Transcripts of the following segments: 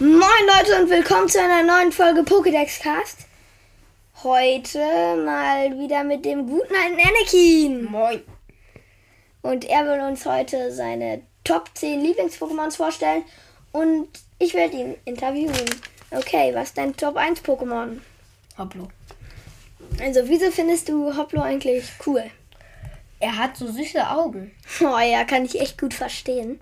Moin Leute und willkommen zu einer neuen Folge Pokédex Cast. Heute mal wieder mit dem guten alten Anakin. Moin. Und er will uns heute seine Top 10 Lieblings-Pokémons vorstellen und ich werde ihn interviewen. Okay, was ist dein Top 1 Pokémon? Hoplo. Also, wieso findest du Hoplo eigentlich cool? Er hat so süße Augen. Oh ja, kann ich echt gut verstehen.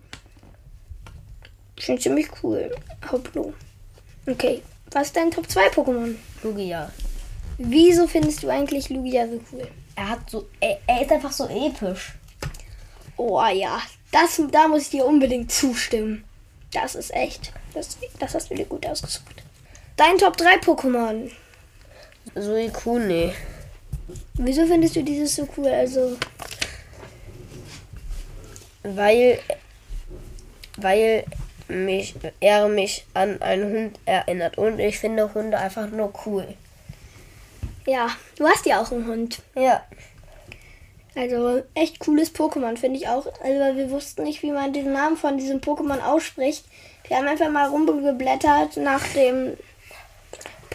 Ich finde ziemlich cool. Hoplo. Okay, was ist dein Top 2 Pokémon? Lugia. Wieso findest du eigentlich Lugia so cool? Er hat so. Er, er ist einfach so episch. Oh ja, das, da muss ich dir unbedingt zustimmen. Das ist echt. Das, das hast du dir gut ausgesucht. Dein Top 3 Pokémon. Suikune. Wieso findest du dieses so cool? Also, Weil. Weil mich, er mich an einen Hund erinnert. Und ich finde Hunde einfach nur cool. ja, du hast ja auch einen Hund. Ja. Also, echt cooles Pokémon, finde ich auch. Also, wir wussten nicht, wie man den Namen von diesem Pokémon ausspricht. Wir haben einfach mal rumgeblättert nach dem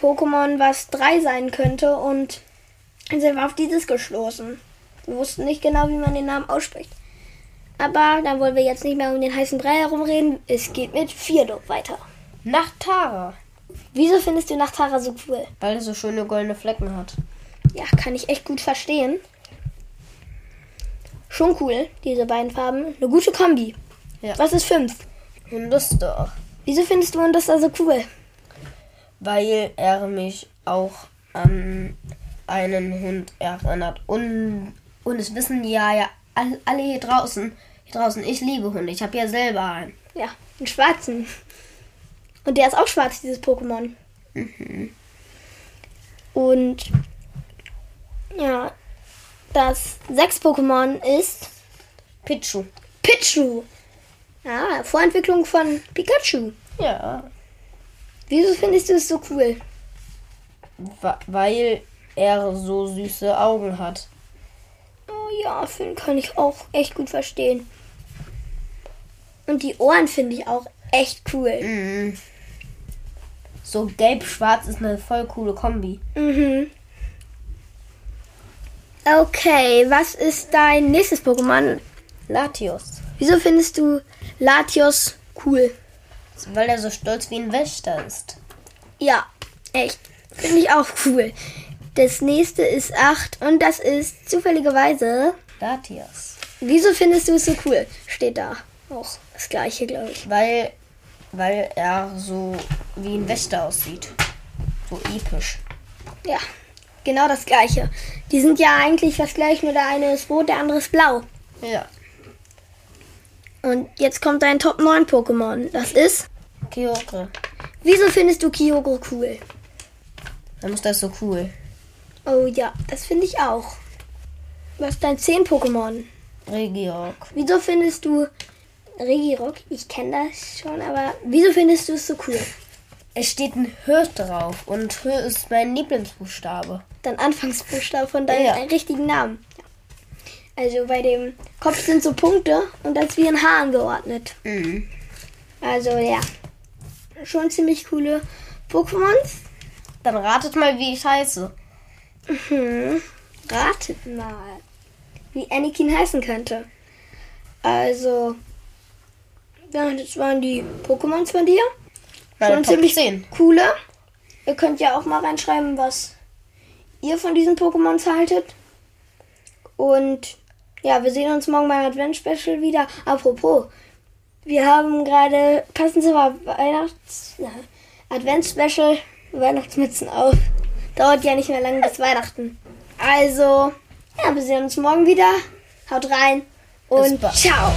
Pokémon, was 3 sein könnte und sind wir auf dieses gestoßen. Wir wussten nicht genau, wie man den Namen ausspricht. Aber da wollen wir jetzt nicht mehr um den heißen Brei herumreden. Es geht mit Fierdo weiter. Nachtara. Wieso findest du Nachtara so cool? Weil er so schöne goldene Flecken hat. Ja, kann ich echt gut verstehen. Schon cool, diese beiden Farben. Eine gute Kombi. Ja. Was ist 5? Hundestor. Wieso findest du das da so cool? Weil er mich auch an einen Hund erinnert. Und, und es wissen ja, ja all- alle hier draußen, hier draußen, ich liebe Hunde. Ich habe ja selber einen. Ja, einen schwarzen. Und der ist auch schwarz, dieses Pokémon. Und ja, das sechs Pokémon ist Pichu. Pichu. Ja, Vorentwicklung von Pikachu. Ja. Wieso findest du es so cool? Wa- Weil er so süße Augen hat. Oh ja, Finn kann ich auch echt gut verstehen. Und die Ohren finde ich auch echt cool. Mhm. So gelb-schwarz ist eine voll coole Kombi. Mhm. Okay, was ist dein nächstes Pokémon? Latios. Wieso findest du Latios cool? Weil er so stolz wie ein Wächter ist. Ja, echt. Finde ich auch cool. Das nächste ist 8 und das ist zufälligerweise. Latios. Wieso findest du es so cool? Steht da. Auch das gleiche, glaube ich. Weil, weil er so wie ein Wächter aussieht. So episch. Ja, genau das gleiche. Die sind ja eigentlich fast gleich, nur der eine ist rot, der andere ist blau. Ja. Und jetzt kommt dein Top 9 Pokémon. Das ist. Kyogre. Wieso findest du Kyogre cool? Dann ist das so cool. Oh ja, das finde ich auch. Was ist dein 10 Pokémon? Regirock. Wieso findest du Regirock? Ich kenne das schon, aber wieso findest du es so cool? Es steht ein Hö drauf und Hö ist mein Lieblingsbuchstabe. Dein Anfangsbuchstabe von deinem Ja. richtigen Namen. Ja. Also bei dem Kopf sind so Punkte und das ist wie ein Haar angeordnet. Mhm. Also ja, schon ziemlich coole Pokémons. Dann ratet mal, wie ich heiße. Hm, ratet mal, wie Anakin heißen könnte. Also, ja, das waren die Pokémons von dir. Meine Schon Top ziemlich 10. coole. Ihr könnt ja auch mal reinschreiben, was ihr von diesen Pokémons haltet. Und ja, wir sehen uns morgen beim Advent Special wieder. Apropos, wir haben gerade passend zum Weihnachts na, Advent Special Weihnachtsmützen auf. Dauert ja nicht mehr lange bis Weihnachten. Also, ja, wir sehen uns morgen wieder. Haut rein und bald. ciao.